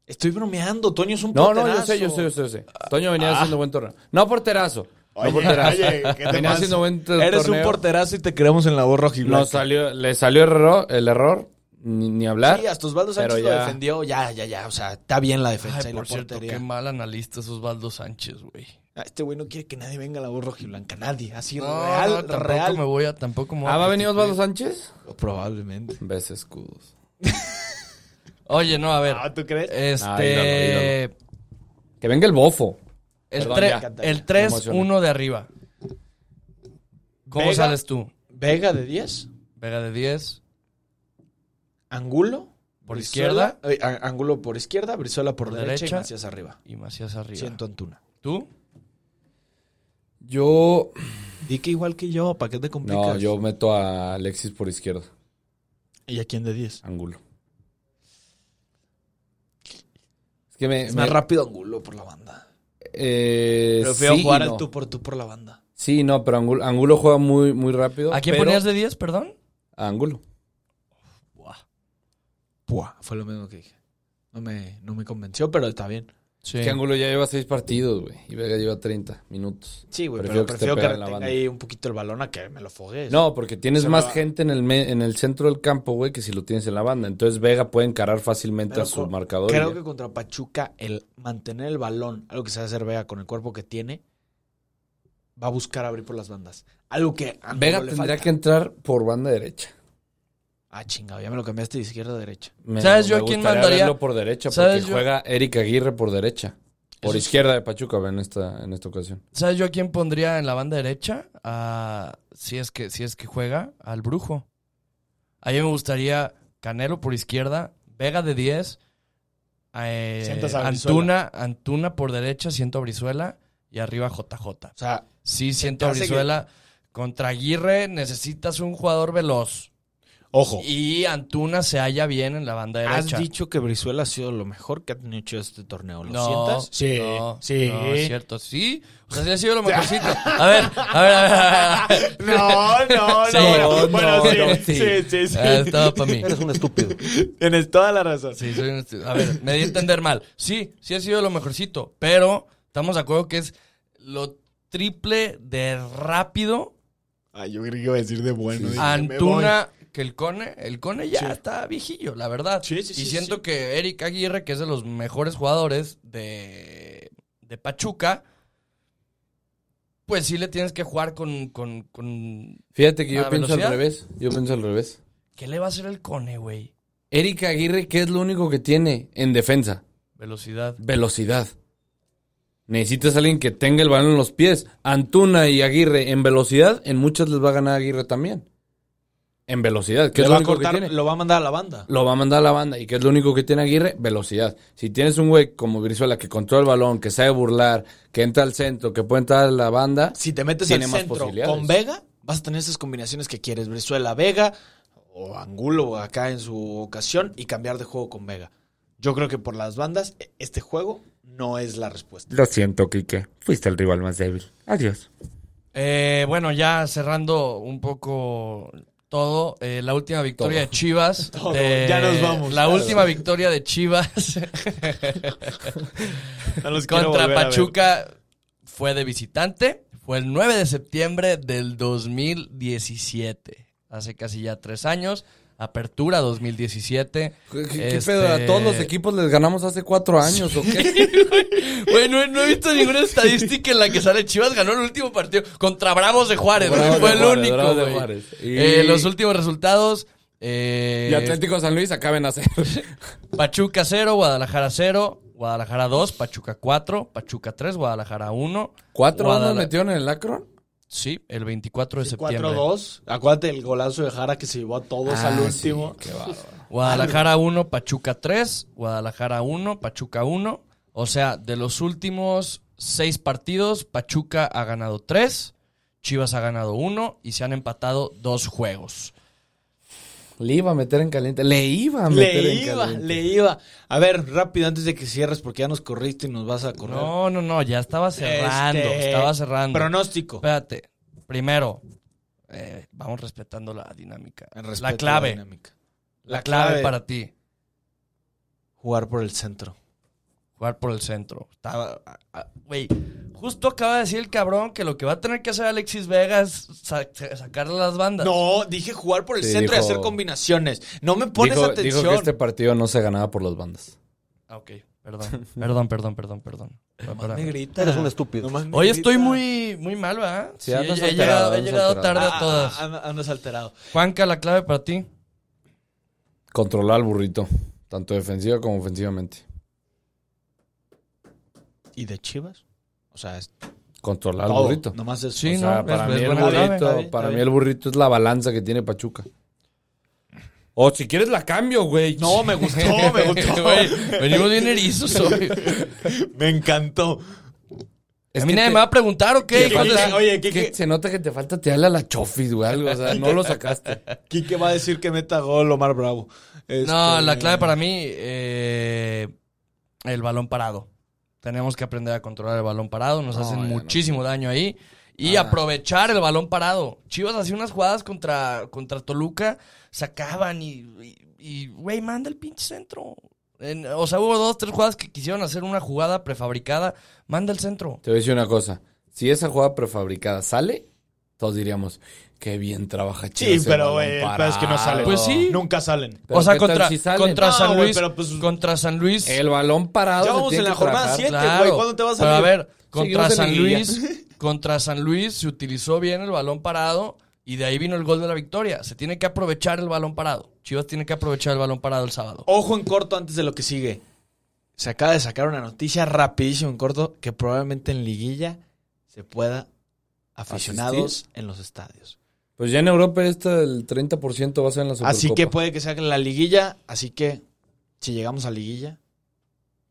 [SPEAKER 1] Estoy bromeando. Toño es un
[SPEAKER 3] No, no,
[SPEAKER 1] porterazo. Ah.
[SPEAKER 3] yo sé, yo sé, yo sé, yo sé. Toño venía haciendo buen torneo. No porterazo.
[SPEAKER 1] Oye,
[SPEAKER 3] no porterazo.
[SPEAKER 1] oye, ¿qué te
[SPEAKER 3] venía
[SPEAKER 1] pasa?
[SPEAKER 3] haciendo buen torneo.
[SPEAKER 1] Eres un porterazo y te creamos en la voz rojiblanca.
[SPEAKER 3] No salió, le salió el error, el error ni, ni hablar.
[SPEAKER 1] Sí, hasta Osvaldo
[SPEAKER 3] Pero
[SPEAKER 1] Sánchez lo
[SPEAKER 3] ya.
[SPEAKER 1] defendió. Ya, ya, ya. O sea, está bien la defensa
[SPEAKER 2] Ay,
[SPEAKER 1] y la
[SPEAKER 2] por cierto,
[SPEAKER 1] portería.
[SPEAKER 2] qué mal analista es Osvaldo Sánchez, güey.
[SPEAKER 1] Ah, Este güey no quiere que nadie venga a la voz rojiblanca. Nadie. Así
[SPEAKER 2] No, no,
[SPEAKER 1] real,
[SPEAKER 2] tampoco
[SPEAKER 1] real. Oh,
[SPEAKER 2] me voy a, tampoco me voy
[SPEAKER 3] ah, ¿va a venir
[SPEAKER 2] constituir.
[SPEAKER 3] Osvaldo Sánchez?
[SPEAKER 1] Probablemente.
[SPEAKER 3] Ves escudos.
[SPEAKER 2] Oye, no, a ver.
[SPEAKER 1] Ah, ¿tú crees?
[SPEAKER 2] Este.
[SPEAKER 3] Ay, no, Que venga el bofo.
[SPEAKER 2] El,
[SPEAKER 3] Perdón,
[SPEAKER 2] tre-
[SPEAKER 3] ya.
[SPEAKER 2] el
[SPEAKER 3] Me
[SPEAKER 2] 3-1
[SPEAKER 3] emocioné.
[SPEAKER 2] de arriba. ¿Cómo
[SPEAKER 1] Vega.
[SPEAKER 2] sales tú?
[SPEAKER 1] Vega de 10.
[SPEAKER 2] Vega de 10.
[SPEAKER 1] Angulo.
[SPEAKER 2] Por
[SPEAKER 1] Brizuela, eh, a- Angulo por izquierda, Brizuela por,
[SPEAKER 2] Por
[SPEAKER 1] derecha,
[SPEAKER 2] derecha.
[SPEAKER 1] y Macías arriba.
[SPEAKER 2] Y Macías arriba.
[SPEAKER 1] Siento Antuna.
[SPEAKER 2] ¿Tú?
[SPEAKER 3] Yo.
[SPEAKER 1] Di que igual que yo, ¿para qué te complicas?
[SPEAKER 3] No, yo meto a Alexis por izquierda.
[SPEAKER 1] ¿Y a quién de 10?
[SPEAKER 3] Ángulo. Es que me.
[SPEAKER 1] Es
[SPEAKER 3] me-
[SPEAKER 1] más rápido Angulo por la banda.
[SPEAKER 3] eh,
[SPEAKER 1] Prefiero
[SPEAKER 3] sí y
[SPEAKER 1] jugar al
[SPEAKER 3] no.
[SPEAKER 1] tú por tú por la banda.
[SPEAKER 3] Sí, no, pero Angulo, Angulo juega muy, muy rápido.
[SPEAKER 2] ¿A quién
[SPEAKER 3] pero-
[SPEAKER 2] ponías de 10, perdón?
[SPEAKER 3] A Angulo.
[SPEAKER 1] Pua, fue lo mismo que dije. No me, no me convenció, pero está bien.
[SPEAKER 2] Sí.
[SPEAKER 3] Es que Angulo ya lleva seis partidos, güey. Y Vega lleva 30 minutos.
[SPEAKER 1] Sí, güey,
[SPEAKER 3] Prefiero
[SPEAKER 1] pero
[SPEAKER 3] que esté
[SPEAKER 1] prefiero que
[SPEAKER 3] pegada en la
[SPEAKER 1] retenga
[SPEAKER 3] banda.
[SPEAKER 1] ahí un poquito el balón a que me lo fogues.
[SPEAKER 3] No, porque tienes
[SPEAKER 1] Se
[SPEAKER 3] más
[SPEAKER 1] va-
[SPEAKER 3] gente en el, me- en el centro del campo, güey, que si lo tienes en la banda. Entonces Vega puede encarar fácilmente
[SPEAKER 1] Pero
[SPEAKER 3] a su
[SPEAKER 1] co-
[SPEAKER 3] marcador. y
[SPEAKER 1] Creo
[SPEAKER 3] ya.
[SPEAKER 1] que contra Pachuca, el mantener el balón, algo que sabe hacer Vega con el cuerpo que tiene, va a buscar abrir por las bandas. Algo que a Angulo
[SPEAKER 3] Vega
[SPEAKER 1] le
[SPEAKER 3] tendría
[SPEAKER 1] falta.
[SPEAKER 3] que entrar por banda derecha.
[SPEAKER 1] Ah, chingado, ya me lo cambiaste de izquierda a derecha.
[SPEAKER 3] Me-
[SPEAKER 2] ¿Sabes
[SPEAKER 3] me
[SPEAKER 2] yo a quién
[SPEAKER 3] gustaría
[SPEAKER 2] mandaría?
[SPEAKER 3] verlo por derecha,
[SPEAKER 2] ¿Sabes
[SPEAKER 3] porque
[SPEAKER 2] yo?
[SPEAKER 3] juega Eric Aguirre por derecha. Por
[SPEAKER 1] Eso es-
[SPEAKER 3] izquierda de Pachuca güey, en esta, en esta ocasión.
[SPEAKER 2] ¿Sabes yo a quién pondría en la banda derecha? A- si, es que, si es que juega, al brujo. A mí me gustaría Canelo por izquierda, Vega de 10, eh,
[SPEAKER 1] Sientas a Brizuela.
[SPEAKER 2] Antuna, Antuna por derecha, siento a Brizuela y arriba JJ.
[SPEAKER 1] O sea,
[SPEAKER 2] Sí, siento
[SPEAKER 1] te
[SPEAKER 2] a
[SPEAKER 1] hace que-
[SPEAKER 2] Brizuela. Contra Aguirre necesitas un jugador veloz.
[SPEAKER 1] Ojo,
[SPEAKER 2] Y Antuna se halla bien en la banda
[SPEAKER 1] Oh. has
[SPEAKER 2] derecha.
[SPEAKER 1] dicho que Brizuela ha sido lo mejor que ha tenido hecho este torneo. ¿Lo
[SPEAKER 2] No,
[SPEAKER 1] sientas? Sí,
[SPEAKER 2] no,
[SPEAKER 1] sí.
[SPEAKER 2] no, es cierto, sí. O sea, sí ha sido lo mejorcito. A ver, a ver, a ver. a ver.
[SPEAKER 1] No, no,
[SPEAKER 2] Sí,
[SPEAKER 1] no.
[SPEAKER 2] no,
[SPEAKER 1] Bueno,
[SPEAKER 2] no,
[SPEAKER 1] bueno, sí, sí, sí, sí.
[SPEAKER 2] Ah, estaba para mí.
[SPEAKER 6] Eres un estúpido.
[SPEAKER 1] Tienes toda la razón.
[SPEAKER 2] Sí, soy un estu- A ver, me di a entender mal. Sí, sí ha sido lo mejorcito, pero estamos de acuerdo que es lo triple de rápido
[SPEAKER 1] Ay, yo creí que iba a decir de bueno. dije, me
[SPEAKER 2] Antuna que el Cone. El Cone ya está viejillo, la verdad.
[SPEAKER 1] Sí, sí, sí,
[SPEAKER 2] y siento
[SPEAKER 1] sí.
[SPEAKER 2] que Eric Aguirre, que es de los mejores jugadores de, de Pachuca, pues sí le tienes que jugar con, con, con...
[SPEAKER 3] Fíjate que
[SPEAKER 2] ¿A
[SPEAKER 3] yo
[SPEAKER 2] la
[SPEAKER 3] pienso
[SPEAKER 2] velocidad?
[SPEAKER 3] al revés. Yo pienso al revés.
[SPEAKER 2] ¿Qué le va a hacer el Cone, güey?
[SPEAKER 3] Erika Aguirre, ¿qué es lo único que tiene en defensa?
[SPEAKER 2] Velocidad.
[SPEAKER 3] Velocidad. Necesitas a alguien que tenga el balón en los pies. Antuna y Aguirre en velocidad, en muchas les va a ganar Aguirre también. En velocidad, que
[SPEAKER 1] voy. Le
[SPEAKER 3] es lo
[SPEAKER 1] va a
[SPEAKER 3] único que
[SPEAKER 1] cortar,
[SPEAKER 3] tiene.
[SPEAKER 1] lo va a mandar a la banda.
[SPEAKER 3] lo va a mandar a la banda. ¿Y que es lo único que tiene Aguirre? Velocidad. Si tienes un güey como Brizuela que controla el balón, que sabe burlar, que entra al centro, que puede entrar a la banda,
[SPEAKER 1] Si te metes al
[SPEAKER 3] Tiene más
[SPEAKER 1] centro
[SPEAKER 3] posibilidades.
[SPEAKER 1] con Vega, vas a tener esas combinaciones que quieres. Brizuela, Vega o Angulo acá en su ocasión y cambiar de juego con Vega. Yo creo que por las bandas, e- este juego no es la respuesta.
[SPEAKER 7] Lo siento, Quique. Fuiste el rival más débil. Adiós.
[SPEAKER 2] Eh, bueno, ya cerrando un poco todo, eh, la última victoria de Chivas.
[SPEAKER 1] Todo,
[SPEAKER 2] de-
[SPEAKER 1] ya nos vamos.
[SPEAKER 2] La
[SPEAKER 1] Ya nos
[SPEAKER 2] última victoria de Chivas contra Pachuca fue de visitante. Fue el 9 de septiembre del 2017. Hace casi ya tres años. Apertura 2017.
[SPEAKER 3] ¿Qué, qué
[SPEAKER 2] Este-
[SPEAKER 3] pedo? ¿A todos los equipos les ganamos hace cuatro años o qué?
[SPEAKER 2] Güey, no, he- no he visto ninguna estadística en la que sale Chivas ganó el último partido contra Bravos de Juárez. güey.
[SPEAKER 3] Bravos de
[SPEAKER 2] fue el
[SPEAKER 3] Juárez,
[SPEAKER 2] único.
[SPEAKER 3] Bravos de
[SPEAKER 2] güey.
[SPEAKER 3] Juárez. Y-
[SPEAKER 2] Eh, los últimos resultados. eh,
[SPEAKER 3] Y Atlético San Luis acaben a hacer.
[SPEAKER 2] Pachuca 0, Guadalajara 0, Guadalajara 2, Pachuca 4, Pachuca 3, Guadalajara 1.
[SPEAKER 3] ¿Cuatro bandas
[SPEAKER 2] Guadalajara-
[SPEAKER 3] metieron en el Acron?
[SPEAKER 2] Sí, el 24 de septiembre.
[SPEAKER 1] 4-2. Acuérdate el golazo de Jara que se llevó a todos al último.
[SPEAKER 2] Guadalajara 1, Pachuca 3, Guadalajara 1, Pachuca 1. O sea, de los últimos seis partidos, Pachuca ha ganado 3, Chivas ha ganado 1 y se han empatado dos juegos.
[SPEAKER 3] Le iba a meter en caliente. Le iba a meter
[SPEAKER 1] Le
[SPEAKER 3] en
[SPEAKER 1] iba,
[SPEAKER 3] caliente.
[SPEAKER 1] le iba. A ver, rápido, antes de que cierres, porque ya nos corriste y nos vas a correr.
[SPEAKER 2] No, no, no, ya estaba cerrando,
[SPEAKER 1] Este,
[SPEAKER 2] estaba cerrando.
[SPEAKER 1] Pronóstico.
[SPEAKER 2] Espérate, primero, eh, vamos respetando la dinámica.
[SPEAKER 1] Respeto a
[SPEAKER 2] La clave, la,
[SPEAKER 1] dinámica.
[SPEAKER 2] clave, para ti,
[SPEAKER 1] jugar por el centro.
[SPEAKER 2] jugar por el centro. Estaba, a- a- güey, justo acaba de decir el cabrón que lo que va a tener que hacer Alexis Vega es sa- sa- sacarle las bandas.
[SPEAKER 1] No, dije jugar por el
[SPEAKER 3] Sí,
[SPEAKER 1] centro y
[SPEAKER 3] dijo-
[SPEAKER 1] hacer combinaciones. No me pones
[SPEAKER 3] dijo, dijo
[SPEAKER 1] atención.
[SPEAKER 3] que este partido no se ganaba por las bandas.
[SPEAKER 2] Ah, ok, perdón, perdón, perdón, perdón, perdón. Perdón.
[SPEAKER 1] Negrita.
[SPEAKER 6] Eres un estúpido.
[SPEAKER 1] Nomás
[SPEAKER 2] Hoy
[SPEAKER 1] negrita.
[SPEAKER 2] estoy muy, muy mal, ¿verdad?
[SPEAKER 3] Sí,
[SPEAKER 2] he,
[SPEAKER 3] andas
[SPEAKER 2] he
[SPEAKER 3] alterado,
[SPEAKER 2] llegado, he
[SPEAKER 3] andas
[SPEAKER 2] llegado
[SPEAKER 3] alterado.
[SPEAKER 2] tarde
[SPEAKER 1] Ah,
[SPEAKER 2] a todas.
[SPEAKER 1] ah, ah, Andas alterado.
[SPEAKER 2] Juanca, la clave para ti.
[SPEAKER 3] Controlar al burrito, tanto defensiva como ofensivamente.
[SPEAKER 1] ¿Y de Chivas? O sea, es
[SPEAKER 3] Controlar al
[SPEAKER 1] todo.
[SPEAKER 3] burrito.
[SPEAKER 1] Nomás es
[SPEAKER 2] Sí,
[SPEAKER 3] O sea,
[SPEAKER 2] no,
[SPEAKER 3] para,
[SPEAKER 2] es-
[SPEAKER 3] mí,
[SPEAKER 2] es
[SPEAKER 3] el
[SPEAKER 2] buena clave.
[SPEAKER 3] burrito,
[SPEAKER 1] Está bien, está
[SPEAKER 3] para mí
[SPEAKER 1] bien.
[SPEAKER 3] el burrito es la balanza que tiene Pachuca. O si quieres la cambio, güey.
[SPEAKER 1] No, me gustó, me gustó.
[SPEAKER 2] Güey, venimos bien erizos hoy.
[SPEAKER 1] me encantó.
[SPEAKER 3] Es
[SPEAKER 2] a mí
[SPEAKER 3] que
[SPEAKER 2] nadie
[SPEAKER 3] te-
[SPEAKER 2] me va a preguntar, ¿o
[SPEAKER 1] ¿Qué
[SPEAKER 2] qué? hijos de
[SPEAKER 1] cosa?
[SPEAKER 2] su-
[SPEAKER 1] Oye, ¿qué-
[SPEAKER 3] que
[SPEAKER 1] qué-
[SPEAKER 3] se nota que te falta tirarle a la chofis, güey, algo. O sea, no lo sacaste.
[SPEAKER 1] Quique va a decir que meta gol Omar Bravo. Este,
[SPEAKER 2] No, la clave para mí, eh, el balón parado. Tenemos que aprender a controlar el balón parado. Nos
[SPEAKER 3] No,
[SPEAKER 2] hacen
[SPEAKER 3] ya no.
[SPEAKER 2] muchísimo daño ahí. Y
[SPEAKER 3] Ah.
[SPEAKER 2] aprovechar el balón parado. Chivas hacía unas jugadas contra, contra Toluca. Sacaban y, y- y, güey, manda el pinche centro. En- o sea, hubo dos, tres jugadas que quisieron hacer una jugada prefabricada. Manda el centro.
[SPEAKER 3] Te voy a decir una cosa. Si esa jugada prefabricada sale, todos diríamos, qué bien trabaja
[SPEAKER 1] Sí,
[SPEAKER 3] Chivas. el
[SPEAKER 1] pero
[SPEAKER 3] balón
[SPEAKER 1] güey, el pedo es que no
[SPEAKER 3] parado".
[SPEAKER 1] salen.
[SPEAKER 2] Pues sí.
[SPEAKER 1] Nunca salen.
[SPEAKER 3] Pero
[SPEAKER 2] o sea,
[SPEAKER 3] ¿qué tal
[SPEAKER 2] contra,
[SPEAKER 3] si sale?
[SPEAKER 2] contra,
[SPEAKER 1] No,
[SPEAKER 2] San
[SPEAKER 1] güey,
[SPEAKER 2] Luis,
[SPEAKER 1] pero pues-
[SPEAKER 2] contra San Luis.
[SPEAKER 3] El balón parado.
[SPEAKER 1] Ya
[SPEAKER 3] se
[SPEAKER 1] vamos
[SPEAKER 3] tiene
[SPEAKER 1] en la
[SPEAKER 3] que
[SPEAKER 1] jornada
[SPEAKER 3] trabajar.
[SPEAKER 1] siete. güey, ¿cuándo te vas a
[SPEAKER 2] Pero
[SPEAKER 1] salir?
[SPEAKER 2] ver, contra
[SPEAKER 3] Seguimos en
[SPEAKER 2] San
[SPEAKER 3] liguilla.
[SPEAKER 2] Luis, contra San Luis se utilizó bien el balón parado y de ahí vino el gol de la victoria. Se tiene que aprovechar el balón parado. Chivas tiene que aprovechar el balón parado el sábado.
[SPEAKER 3] Oh.
[SPEAKER 1] Ojo en corto antes de lo que sigue. Se acaba de sacar una noticia rapidísimo en corto que probablemente en liguilla se pueda aficionados en los estadios.
[SPEAKER 3] Pues ya en Europa esto del 30% va a ser en la Supercopa.
[SPEAKER 1] Así que puede que saquen la liguilla, así que si llegamos a liguilla,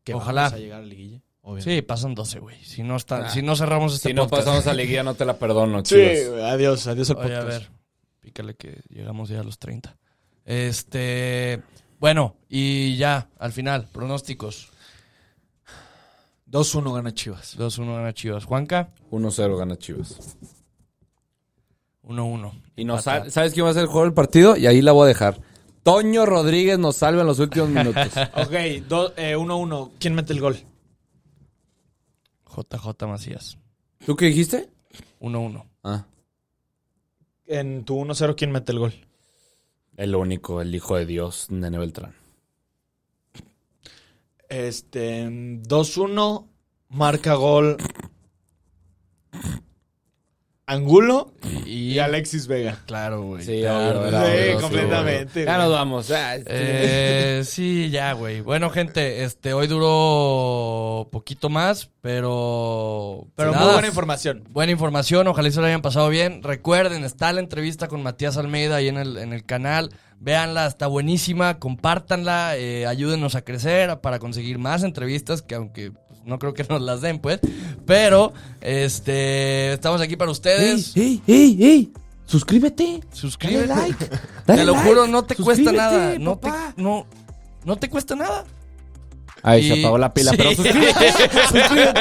[SPEAKER 1] que
[SPEAKER 2] Ojalá.
[SPEAKER 1] vamos a llegar a liguilla, obviamente.
[SPEAKER 2] Sí, pasan 12, güey. Si no está,
[SPEAKER 3] Ah.
[SPEAKER 2] si no cerramos este
[SPEAKER 3] Si no
[SPEAKER 2] podcast.
[SPEAKER 3] pasamos este a Liguilla, no te la perdono,
[SPEAKER 1] Sí,
[SPEAKER 3] Chivas.
[SPEAKER 1] adiós, adiós al
[SPEAKER 2] Oye,
[SPEAKER 1] podcast.
[SPEAKER 2] a ver. Pícale que llegamos ya a los 30. Este, bueno, y ya, al final, pronósticos.
[SPEAKER 1] 2-1 gana Chivas.
[SPEAKER 2] 2-1 gana Chivas. Juanca,
[SPEAKER 3] 1-0 gana Chivas.
[SPEAKER 2] 1-1.
[SPEAKER 3] Y nos
[SPEAKER 2] Empata.
[SPEAKER 3] sal- ¿Sabes quién va a ser el juego del partido? Y ahí la voy a dejar. Toño Rodríguez nos salva en los últimos minutos.
[SPEAKER 1] Ok, 1-1. ¿Quién mete el gol?
[SPEAKER 2] JJ Macías.
[SPEAKER 3] ¿Tú qué dijiste?
[SPEAKER 2] 1-1.
[SPEAKER 3] Ah,
[SPEAKER 1] En tu 1-0, ¿quién mete el gol?
[SPEAKER 3] el único, el hijo de Dios, Nene Beltrán.
[SPEAKER 1] Este, 2-1, marca gol. Angulo
[SPEAKER 2] Y,
[SPEAKER 1] y Alexis Vega.
[SPEAKER 2] Claro, güey.
[SPEAKER 3] Sí,
[SPEAKER 2] Claro,
[SPEAKER 3] obvio,
[SPEAKER 2] güey.
[SPEAKER 3] era obvio, sí,
[SPEAKER 1] completamente,
[SPEAKER 3] obvio. Ya
[SPEAKER 1] güey.
[SPEAKER 3] nos vamos. Ah, este-
[SPEAKER 2] Eh, sí, ya, güey. Bueno, gente, este hoy duró poquito más, pero
[SPEAKER 1] Pero
[SPEAKER 2] nada,
[SPEAKER 1] muy buena información.
[SPEAKER 2] buena información. Ojalá y se lo hayan pasado bien. Recuerden, está la entrevista con Matías Almeida ahí en el, en el canal. Véanla, está buenísima. Compártanla, eh, ayúdenos a crecer para conseguir más entrevistas que aunque pues, no creo que nos las den, pues. Pero este estamos aquí para ustedes.
[SPEAKER 8] ¡Ey, ey, ey! ¡Suscríbete!
[SPEAKER 2] Suscríbete.
[SPEAKER 8] ¡Dale like!
[SPEAKER 2] te
[SPEAKER 8] dale
[SPEAKER 2] lo
[SPEAKER 8] like,
[SPEAKER 2] juro, no te cuesta
[SPEAKER 8] suscríbete,
[SPEAKER 2] nada. No te,
[SPEAKER 8] papá.
[SPEAKER 2] no, no te cuesta nada.
[SPEAKER 3] Ahí
[SPEAKER 2] Y-
[SPEAKER 3] se apagó la pila,
[SPEAKER 2] Sí.
[SPEAKER 3] pero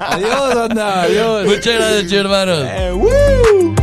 [SPEAKER 2] Adiós, anda, adiós. Muchas gracias, hermanos.
[SPEAKER 1] ¡Woo!